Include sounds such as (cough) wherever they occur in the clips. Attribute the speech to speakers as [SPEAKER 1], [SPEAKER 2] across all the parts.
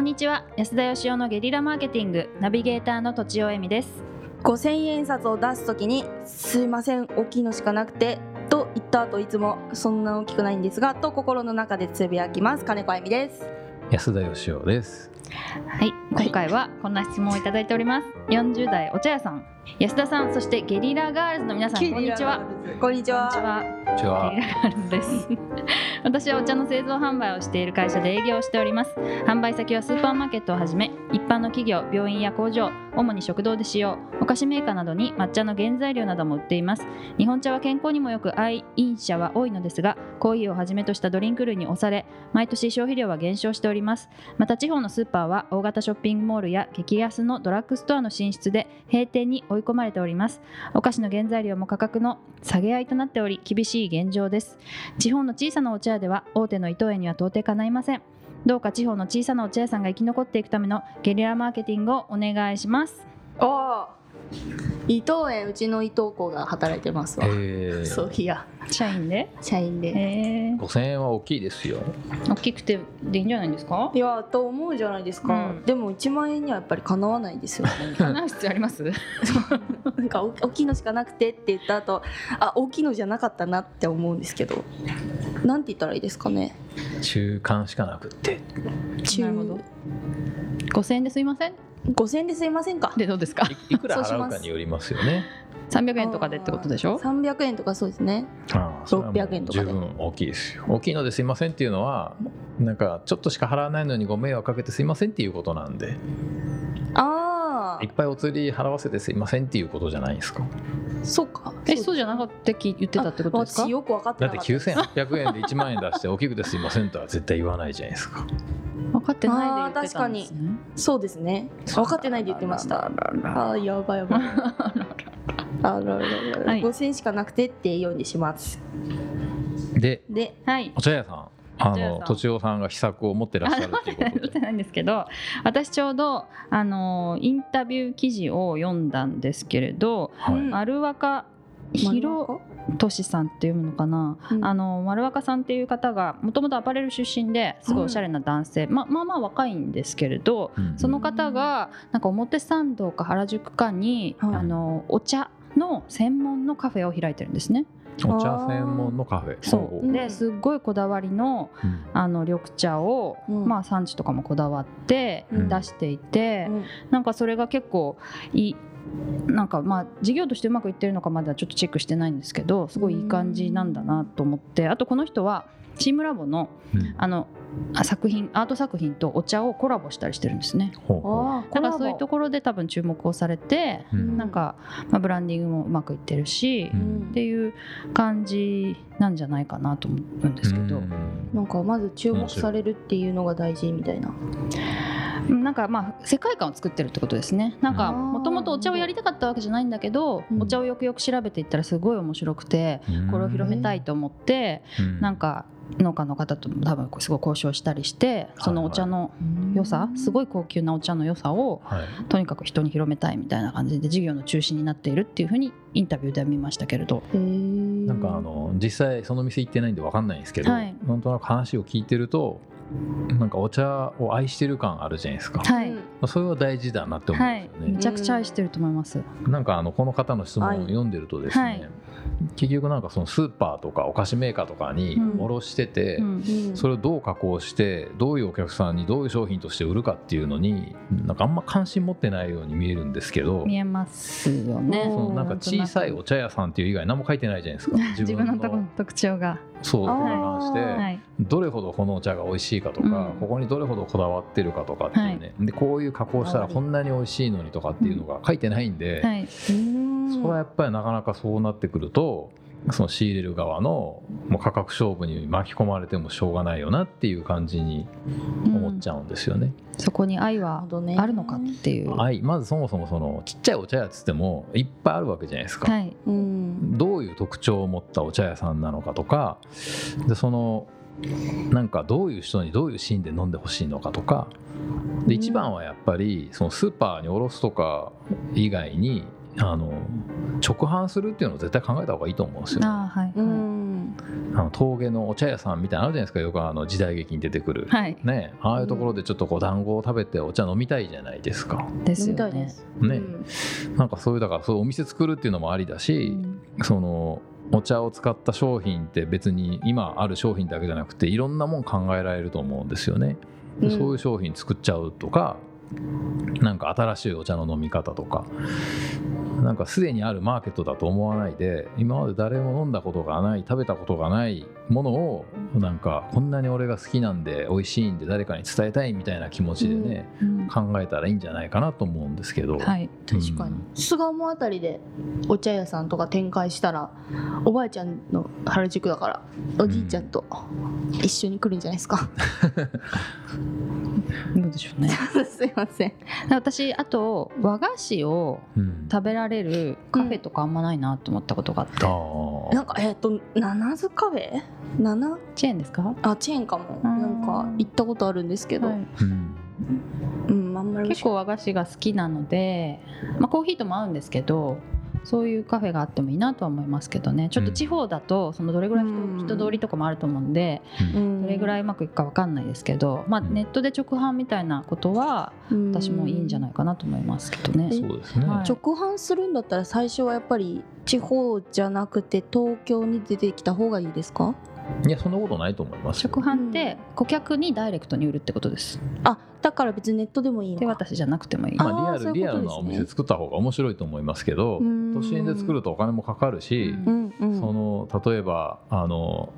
[SPEAKER 1] にちは安田義雄のゲリラマーケティングナビゲーターの土地尾恵美です
[SPEAKER 2] 5000円札を出すときに「すいません大きいのしかなくて」と言った後いつも「そんな大きくないんですが」と心の中でつぶやきます金子あゆみです
[SPEAKER 3] 安田義雄です。
[SPEAKER 1] はい今回はこんな質問をいただいております40代お茶屋さん安田さんそしてゲリラガールズの皆さんこんにちは
[SPEAKER 2] こんにち
[SPEAKER 1] こんにち
[SPEAKER 2] は
[SPEAKER 1] は
[SPEAKER 3] こんにちは
[SPEAKER 1] ゲリ。ラガールズです (laughs) 私はお茶の製造販売をしている会社で営業をしております販売先はスーパーマーケットをはじめ一般の企業病院や工場主に食堂で使用お菓子メーカーなどに抹茶の原材料なども売っています日本茶は健康にもよく愛飲者は多いのですがコーヒーをはじめとしたドリンク類に押され毎年消費量は減少しておりますまた地方のスーパーは大型ショッピングモールや激安のドラッグストアの進出で閉店に追い込まれておりますお菓子の原材料も価格の下げ合いとなっており厳しい現状です地方の小さなお茶屋では大手の伊藤園には到底かないませんどうか地方の小さなお茶屋さんが生き残っていくためのゲリラマーケティングをお願いします
[SPEAKER 2] おー伊藤園うちの伊藤子が働いてますわ、
[SPEAKER 3] え
[SPEAKER 2] (laughs) そういや
[SPEAKER 1] 社員で、
[SPEAKER 2] 社員で、
[SPEAKER 1] えー、
[SPEAKER 3] 五千円は大きいですよ。
[SPEAKER 1] 大きくてでいいんじゃないですか
[SPEAKER 2] いやと思うじゃないですか、
[SPEAKER 1] うん
[SPEAKER 2] でも1万円にはやっぱりかなわないですよね
[SPEAKER 1] 話す必要あります
[SPEAKER 2] (laughs) なんかお大きいのしかなくてって言った後あ大きいのじゃなかったなって思うんですけどなんて言ったらいいですかね
[SPEAKER 3] 中間しかなくって。
[SPEAKER 1] なるほど5000円ですいません
[SPEAKER 2] 5000円ですいませんか
[SPEAKER 1] でどうですか
[SPEAKER 3] いいくら
[SPEAKER 2] そうします
[SPEAKER 3] 払うかによりますよね。
[SPEAKER 1] 300円とかでってことでしょ
[SPEAKER 2] 300円とかそうですね
[SPEAKER 3] ああそれはもう
[SPEAKER 2] 600円とかで
[SPEAKER 3] 十分大きいですよ。大きいのですいませんっていうのは、なんかちょっとしか払わないのにご迷惑かけてすいませんっていうことなんで、
[SPEAKER 2] あ
[SPEAKER 3] いっぱいお釣り払わせてすいませんっていうことじゃないですか。
[SPEAKER 2] あそうか
[SPEAKER 1] えそうじゃ
[SPEAKER 2] な
[SPEAKER 1] なかったって言ってたってことですか
[SPEAKER 2] 私よく分かって
[SPEAKER 3] だ
[SPEAKER 2] な
[SPEAKER 3] っ
[SPEAKER 2] か
[SPEAKER 3] て
[SPEAKER 2] った
[SPEAKER 3] 九千八百円で一万円出して大きくてすいませんとは絶対言わないじゃないですか。
[SPEAKER 1] 分かってないで言ってたんですね
[SPEAKER 2] そうですね分かってないで言ってましたあーやばいやばいあらららら、
[SPEAKER 1] はい
[SPEAKER 2] 5000円しかなくてって読んでします
[SPEAKER 3] で、
[SPEAKER 2] で
[SPEAKER 1] はい
[SPEAKER 3] お茶屋さん、あ
[SPEAKER 1] お茶屋
[SPEAKER 3] の
[SPEAKER 1] さん
[SPEAKER 3] とちおさんが秘策を持ってらっしゃるっていうこと
[SPEAKER 1] 見
[SPEAKER 3] で
[SPEAKER 1] て。ないんですけど私ちょうどあのインタビュー記事を読んだんですけれど
[SPEAKER 3] は
[SPEAKER 2] (laughs)
[SPEAKER 3] い
[SPEAKER 2] うん
[SPEAKER 1] 丸若弘俊さんっていうのかな、
[SPEAKER 2] うん
[SPEAKER 1] あの丸若さんっていう方がもともとアパレル出身ですごいおしゃれな男性、ままあまあ若いんですけれど
[SPEAKER 3] うん
[SPEAKER 1] その方がなんか表参道か原宿かに、
[SPEAKER 2] はい
[SPEAKER 1] あのお茶の専門のカフェを開いてるんですね。
[SPEAKER 3] お茶専門のカフェ。
[SPEAKER 1] そううんですっごいこだわりの
[SPEAKER 3] うん
[SPEAKER 1] あの緑茶を、
[SPEAKER 2] うん
[SPEAKER 1] まあ、産地とかもこだわって
[SPEAKER 2] うん
[SPEAKER 1] 出していて、
[SPEAKER 2] うん
[SPEAKER 1] なんかそれが結構いいなんかまあ事業としてうまくいってるのかまではちょっとチェックしてないんですけどすごいいい感じなんだなと思ってあとこの人はチームラボの
[SPEAKER 3] うん
[SPEAKER 1] あのあ作品アート作品とお茶をコラボしたりしてるんですね。
[SPEAKER 3] ほうほ
[SPEAKER 2] ああ
[SPEAKER 1] なんかそういうところで多分注目をされて
[SPEAKER 3] ううん
[SPEAKER 1] なんか、まあ、ブランディングもうまくいってるし、
[SPEAKER 3] うん
[SPEAKER 1] っていう感じなんじゃないかなと思うんですけど
[SPEAKER 3] う、ん
[SPEAKER 2] なんかまず注目されるっていうのが大事みたいな
[SPEAKER 1] うんなんかまあ世界観を作ってるってことですねなんか
[SPEAKER 2] あー
[SPEAKER 1] もともとお茶をやりたかったわけじゃないんだけど、
[SPEAKER 2] うん
[SPEAKER 1] お茶をよくよく調べていったらすごい面白くてこれを広めたい、と思って、
[SPEAKER 3] うん
[SPEAKER 1] なん、か農家の方とも多分すごい交渉したりしてそのお茶の良さすごい高級なお茶の良さを
[SPEAKER 3] はい、
[SPEAKER 1] とにかく人に広めたいみたいな感じで事業の中心になっているっていうふうにインタビューでは見ましたけれど。
[SPEAKER 2] へー
[SPEAKER 3] なんかあの実際その店行ってないんでわかんないんですけど、
[SPEAKER 1] はい
[SPEAKER 3] なんとなく話を聞いてるとなんかお茶を愛してる感あるじゃないですか、
[SPEAKER 1] はい、
[SPEAKER 2] うん
[SPEAKER 3] それは大事だなって思うんですよ
[SPEAKER 1] め
[SPEAKER 3] ね、
[SPEAKER 1] ちゃくちゃ愛してると思います。
[SPEAKER 3] なんかあのこの方の質問を
[SPEAKER 2] はい
[SPEAKER 3] 読んでるとですね、
[SPEAKER 1] はい
[SPEAKER 3] 結局なんかそのスーパーとかお菓子メーカーとかに
[SPEAKER 1] うん
[SPEAKER 3] 卸してて、
[SPEAKER 1] うん
[SPEAKER 2] うん
[SPEAKER 3] それをどう加工してどういうお客さんにどういう商品として売るかっていうのになんかあんま関心持ってないように見えるんですけど
[SPEAKER 1] 見えますよね。
[SPEAKER 3] そのなんか小さいお茶屋さんっていう以外何も書いてないじゃないですか
[SPEAKER 1] (laughs) 自分のところの特徴が、
[SPEAKER 3] そう
[SPEAKER 2] あー
[SPEAKER 3] に関して、
[SPEAKER 1] はい、
[SPEAKER 3] どれほどこのお茶が美味しいかとか、
[SPEAKER 1] うん
[SPEAKER 3] ここにどれほどこだわってるかとかっていうね、でこういう加工したらこんなに美味しいのにとかっていうのが書いてないんで、
[SPEAKER 1] はい、
[SPEAKER 2] うーん
[SPEAKER 3] それはやっぱりなかなかそうなってくるとその仕入れる側のもう価格勝負に巻き込まれてもしょうがないよなっていう感じに思っちゃうんですよね。
[SPEAKER 1] そこに愛
[SPEAKER 2] なる
[SPEAKER 1] は
[SPEAKER 2] ほどね
[SPEAKER 1] あるのかっていう。は
[SPEAKER 3] はい、まずそもそもそのちっちゃいお茶屋っつってもいっぱいあるわけじゃないですか。
[SPEAKER 1] い、
[SPEAKER 2] うん
[SPEAKER 3] どういう特徴を持ったお茶屋さんなのかとかでそのなんかどういう人にどういうシーンで飲んでほしいのかとか
[SPEAKER 2] うん
[SPEAKER 3] で一番はやっぱりそのスーパーに卸すとか以外にあの直販するっていうのを絶対考えた方がいいと思うんですよ。
[SPEAKER 1] ああ、はい、
[SPEAKER 2] う
[SPEAKER 1] は
[SPEAKER 2] ん
[SPEAKER 3] あの峠のお茶屋さんみたいなのあるじゃないですかよくあの時代劇に出てくる、
[SPEAKER 1] はい
[SPEAKER 3] ねああいうところでちょっとこう団子を食べてお茶飲みたいじゃないですか
[SPEAKER 1] です
[SPEAKER 2] 飲みた
[SPEAKER 1] よ
[SPEAKER 2] いで
[SPEAKER 1] ね。
[SPEAKER 2] す。
[SPEAKER 3] ね、
[SPEAKER 2] うん
[SPEAKER 3] なんかそういうだからそういうお店作るっていうのもありだ
[SPEAKER 1] う
[SPEAKER 3] し、
[SPEAKER 1] ん
[SPEAKER 3] そのお茶を使った商品って別に今ある商品だけじゃなくていろんなもん考えられると思うんですよね。で
[SPEAKER 2] うん
[SPEAKER 3] そういう商品作っちゃうとかなんか新しいお茶の飲み方とかなんかすでにあるマーケットだと思わないで今まで誰も飲んだことがない食べたことがないものをなんかこんなに俺が好きなんで美味しいんで誰かに伝えたいみたいな気持ちでね、
[SPEAKER 1] うん
[SPEAKER 3] 考えたらいいんじゃないかなと思うんですけど。
[SPEAKER 1] はい。
[SPEAKER 3] 確かに
[SPEAKER 2] 巣鴨あたりでお茶屋さんとか展開したらおばあちゃんの原宿だからおじいちゃんと一緒に来るんじゃないですか、 (laughs)
[SPEAKER 1] どうでしょうね。
[SPEAKER 2] すいません
[SPEAKER 1] (laughs) 私あと和菓子を
[SPEAKER 3] うん
[SPEAKER 1] 食べられるカフェとかあんまないなと思ったことがあって、
[SPEAKER 3] あ
[SPEAKER 2] なんかえっ、と七津カフェ七
[SPEAKER 1] チェーンですか？
[SPEAKER 2] あチェーンかも
[SPEAKER 1] あー
[SPEAKER 2] なんか行ったことあるんですけど、
[SPEAKER 3] ーうん
[SPEAKER 2] うんあんまり美味
[SPEAKER 1] 結
[SPEAKER 2] しく
[SPEAKER 1] 構和菓子が好きなので、まあ、コーヒーとも合うんですけどそういうカフェがあってもいいなとは思いますけどねちょっと地方だとそのどれぐらい人,、
[SPEAKER 2] うん
[SPEAKER 1] 人通りとかもあると思うんでどれぐら
[SPEAKER 2] い
[SPEAKER 1] いうまくいくかわかんないですけど、まあ、
[SPEAKER 3] うん
[SPEAKER 1] ネットで直販みたいなことは私もいいんじゃないいかなと思いますけどね。
[SPEAKER 3] そうですね、
[SPEAKER 1] はい
[SPEAKER 2] 直販するんだったら最初はやっぱり地方じゃなくて東京に出てきた方がいいですか
[SPEAKER 3] いやそんなことないと思いますよ
[SPEAKER 1] 直販って顧客にダイレクトに売るってことです。
[SPEAKER 2] あだから別にネットでもいいの
[SPEAKER 1] 手
[SPEAKER 2] か
[SPEAKER 1] 渡しじゃなくてもいい。
[SPEAKER 2] あ
[SPEAKER 3] まあ、リア
[SPEAKER 2] そう
[SPEAKER 3] ル
[SPEAKER 2] いう
[SPEAKER 3] リ
[SPEAKER 2] こ
[SPEAKER 3] ア
[SPEAKER 2] とですね
[SPEAKER 3] ルなお店作った方が面白いと思いますけど
[SPEAKER 2] うん
[SPEAKER 3] 都心で作るとお金もかかるし、
[SPEAKER 1] うん
[SPEAKER 2] うんうん
[SPEAKER 3] その例えばあの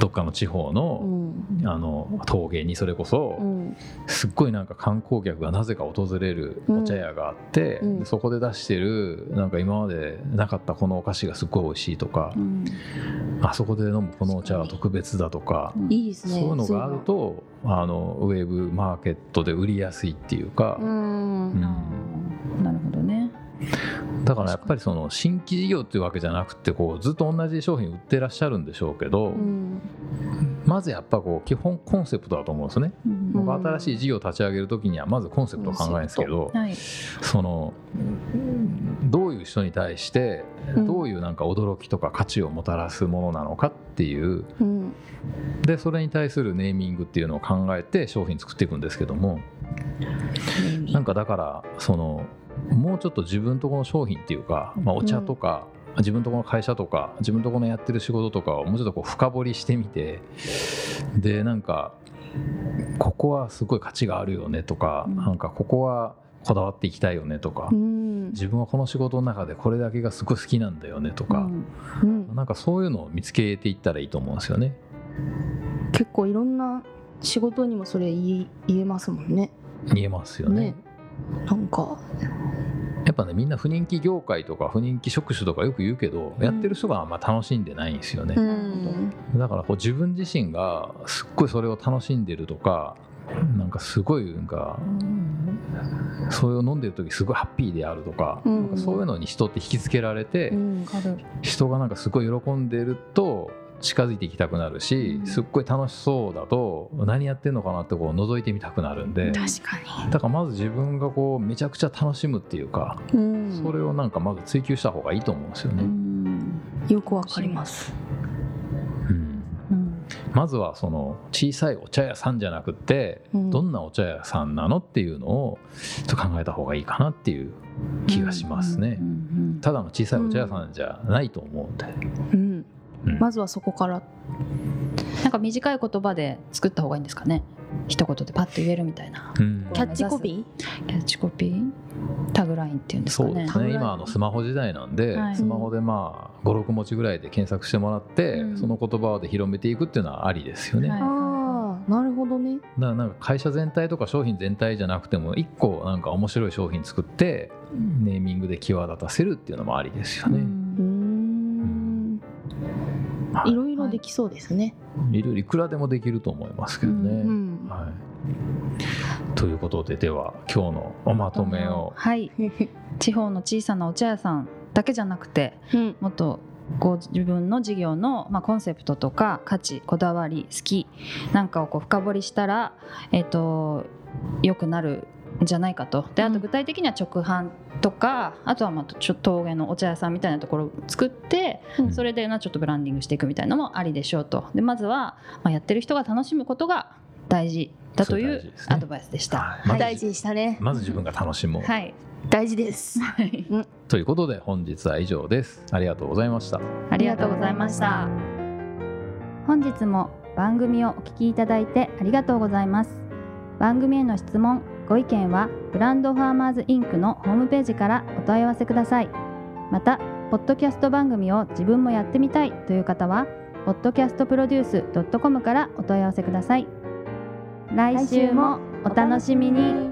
[SPEAKER 3] どっかの地方
[SPEAKER 2] う
[SPEAKER 3] の,、
[SPEAKER 2] ん
[SPEAKER 3] あの峠にそれこ
[SPEAKER 2] う
[SPEAKER 3] そ、
[SPEAKER 2] ん
[SPEAKER 3] すっごいなんか観光客がなぜか訪れるお茶屋があって、
[SPEAKER 2] うん
[SPEAKER 3] でそこで出してるなんか今までなかったこのお菓子がすっごい美味しいとか
[SPEAKER 1] う、ん
[SPEAKER 3] あそこで飲むこのお茶は特別だとか。
[SPEAKER 2] いいですね
[SPEAKER 3] そういうのがあるとあのウェブマーケットで売りやすいっていうか
[SPEAKER 2] そういう、のうん
[SPEAKER 3] うん
[SPEAKER 1] あーなるほどね。
[SPEAKER 3] だからやっぱりその新規事業っていうわけじゃなくてこうずっと同じ商品売ってらっしゃるんでしょうけ
[SPEAKER 2] う
[SPEAKER 3] ど、
[SPEAKER 2] ん
[SPEAKER 3] まずやっぱこう基本コンセプトだと思うんですね、
[SPEAKER 1] うん
[SPEAKER 2] うん
[SPEAKER 3] 僕新しい事業を立ち上げる時にはまずコンセプトを考えるんですけど、
[SPEAKER 1] はい。
[SPEAKER 3] そのどういう人に対して
[SPEAKER 2] うん
[SPEAKER 3] どういうなんか驚きとか価値をもたらすものなのかっていう
[SPEAKER 2] うん
[SPEAKER 3] でそれに対するネーミングっていうのを考えて商品作っていくんですけどもなんかだからそのもうちょっと自分とこの商品っていうか、まあ、お茶とか、自分とこの会社とか自分とこのやってる仕事とかをもうちょっとこう深掘りしてみてでなんかここはすごい価値があるよねとか、
[SPEAKER 1] うん
[SPEAKER 3] なんかここはこだわっていきたいよねとか、
[SPEAKER 2] うん
[SPEAKER 3] 自分はこの仕事の中でこれだけがすごい好きなんだよねとか、
[SPEAKER 2] うん
[SPEAKER 3] なんかそういうのを見つけていったらいいと思うんですよね。
[SPEAKER 2] 結構いろんな仕事にもそれ言え言えますもんね
[SPEAKER 3] 見えますよ
[SPEAKER 2] ねなんか
[SPEAKER 3] やっぱねみんな不人気業界とか不人気職種とかよく言うけど、やってる人があんま楽しんでないんですよね
[SPEAKER 2] う、
[SPEAKER 1] ん
[SPEAKER 2] ん
[SPEAKER 3] だからこう自分自身がすっごいそれを楽しんでるとかなんかすごいなんかそれを飲んでる時すごいハッピーであるとか,、
[SPEAKER 2] うん
[SPEAKER 3] なんかそういうのに人って引きつけられて、
[SPEAKER 2] うん
[SPEAKER 1] わかる。
[SPEAKER 3] 人がなんかすごい喜んでると近づいていきたくなるし、
[SPEAKER 1] うん
[SPEAKER 3] すっごい楽しそうだと何やってんのかなってこう覗いてみたくなるんで
[SPEAKER 2] 確かに
[SPEAKER 3] だからまず自分がこうめちゃくちゃ楽しむっていうか、
[SPEAKER 2] うん
[SPEAKER 3] それをなんかまず追求した方がいいと思うんですよ
[SPEAKER 1] う
[SPEAKER 3] ね。
[SPEAKER 1] ん
[SPEAKER 2] よくわかります
[SPEAKER 3] うん
[SPEAKER 1] うん
[SPEAKER 3] まずはその小さいお茶屋さんじゃなくって、
[SPEAKER 2] うん
[SPEAKER 3] どんなお茶屋さんなのっていうのをちょっと考えた方がいいかなっていう気がしますね、
[SPEAKER 1] うんうん
[SPEAKER 3] ただの小さいお茶屋さんじゃないと思うんで、
[SPEAKER 2] うん
[SPEAKER 3] うん
[SPEAKER 2] まずはそこから
[SPEAKER 1] なんか短い言葉で作った方がいいんですかね。一言でパッと言えるみたいな。
[SPEAKER 3] うん
[SPEAKER 2] キャッチコピ
[SPEAKER 1] キャッチコピー、タグラインっていうんですか
[SPEAKER 3] そうで
[SPEAKER 1] ね。
[SPEAKER 3] すね
[SPEAKER 2] 考え
[SPEAKER 3] 今あのスマホ時代なんで、
[SPEAKER 1] はい
[SPEAKER 3] スマホでまあ56文字ぐらいで検索してもらって、
[SPEAKER 1] うん
[SPEAKER 3] その言葉で広めていくっていうのはありですよね、
[SPEAKER 1] は
[SPEAKER 2] ー
[SPEAKER 1] い
[SPEAKER 2] ああなるほどね
[SPEAKER 3] だからなんか会社全体とか商品全体じゃなくても1個なんか面白い商品作ってネーミングで際立たせるっていうのもありですよ
[SPEAKER 1] う
[SPEAKER 3] ね、
[SPEAKER 2] うー
[SPEAKER 1] ん
[SPEAKER 2] ん
[SPEAKER 3] はい
[SPEAKER 2] いろいろできそうですね
[SPEAKER 3] いろいろいくらでもできると思いますけどね。
[SPEAKER 2] うん
[SPEAKER 3] はい、ということででは今日のおまとめを、
[SPEAKER 1] はい。地方の小さなお茶屋さんだけじゃなくて、
[SPEAKER 2] うん
[SPEAKER 1] もっとご自分の事業の、まあ、コンセプトとか価値こだわり好きなんかをこう深掘りしたら、えっと良くなるじゃないかとであ
[SPEAKER 2] う
[SPEAKER 1] と
[SPEAKER 2] ん
[SPEAKER 1] 具体的には直販とか、あとはまあちょ峠のお茶屋さんみたいなところを作って、
[SPEAKER 2] うん
[SPEAKER 1] それでなちょっとブランディングしていくみたいなのもありでしょうとでまずは、まあ、やってる人が楽しむことが大事だとい
[SPEAKER 3] それ大事
[SPEAKER 1] う
[SPEAKER 3] ですね
[SPEAKER 1] アドバイスでした。
[SPEAKER 3] はいまず
[SPEAKER 2] 大事でしたね。
[SPEAKER 3] まず自分が楽しもう、
[SPEAKER 1] はい、
[SPEAKER 2] 大事です。
[SPEAKER 3] ということで本日は以上ですありがとうございました
[SPEAKER 1] ありがとうございました。本日も番組をお聞きいただいてありがとうございます。番組への質問、ご意見はブランドファーマーズインクのホームページからお問い合わせください。また、ポッドキャスト番組を自分もやってみたいという方は、podcastproduce.com からお問い合わせください。来週もお楽しみに。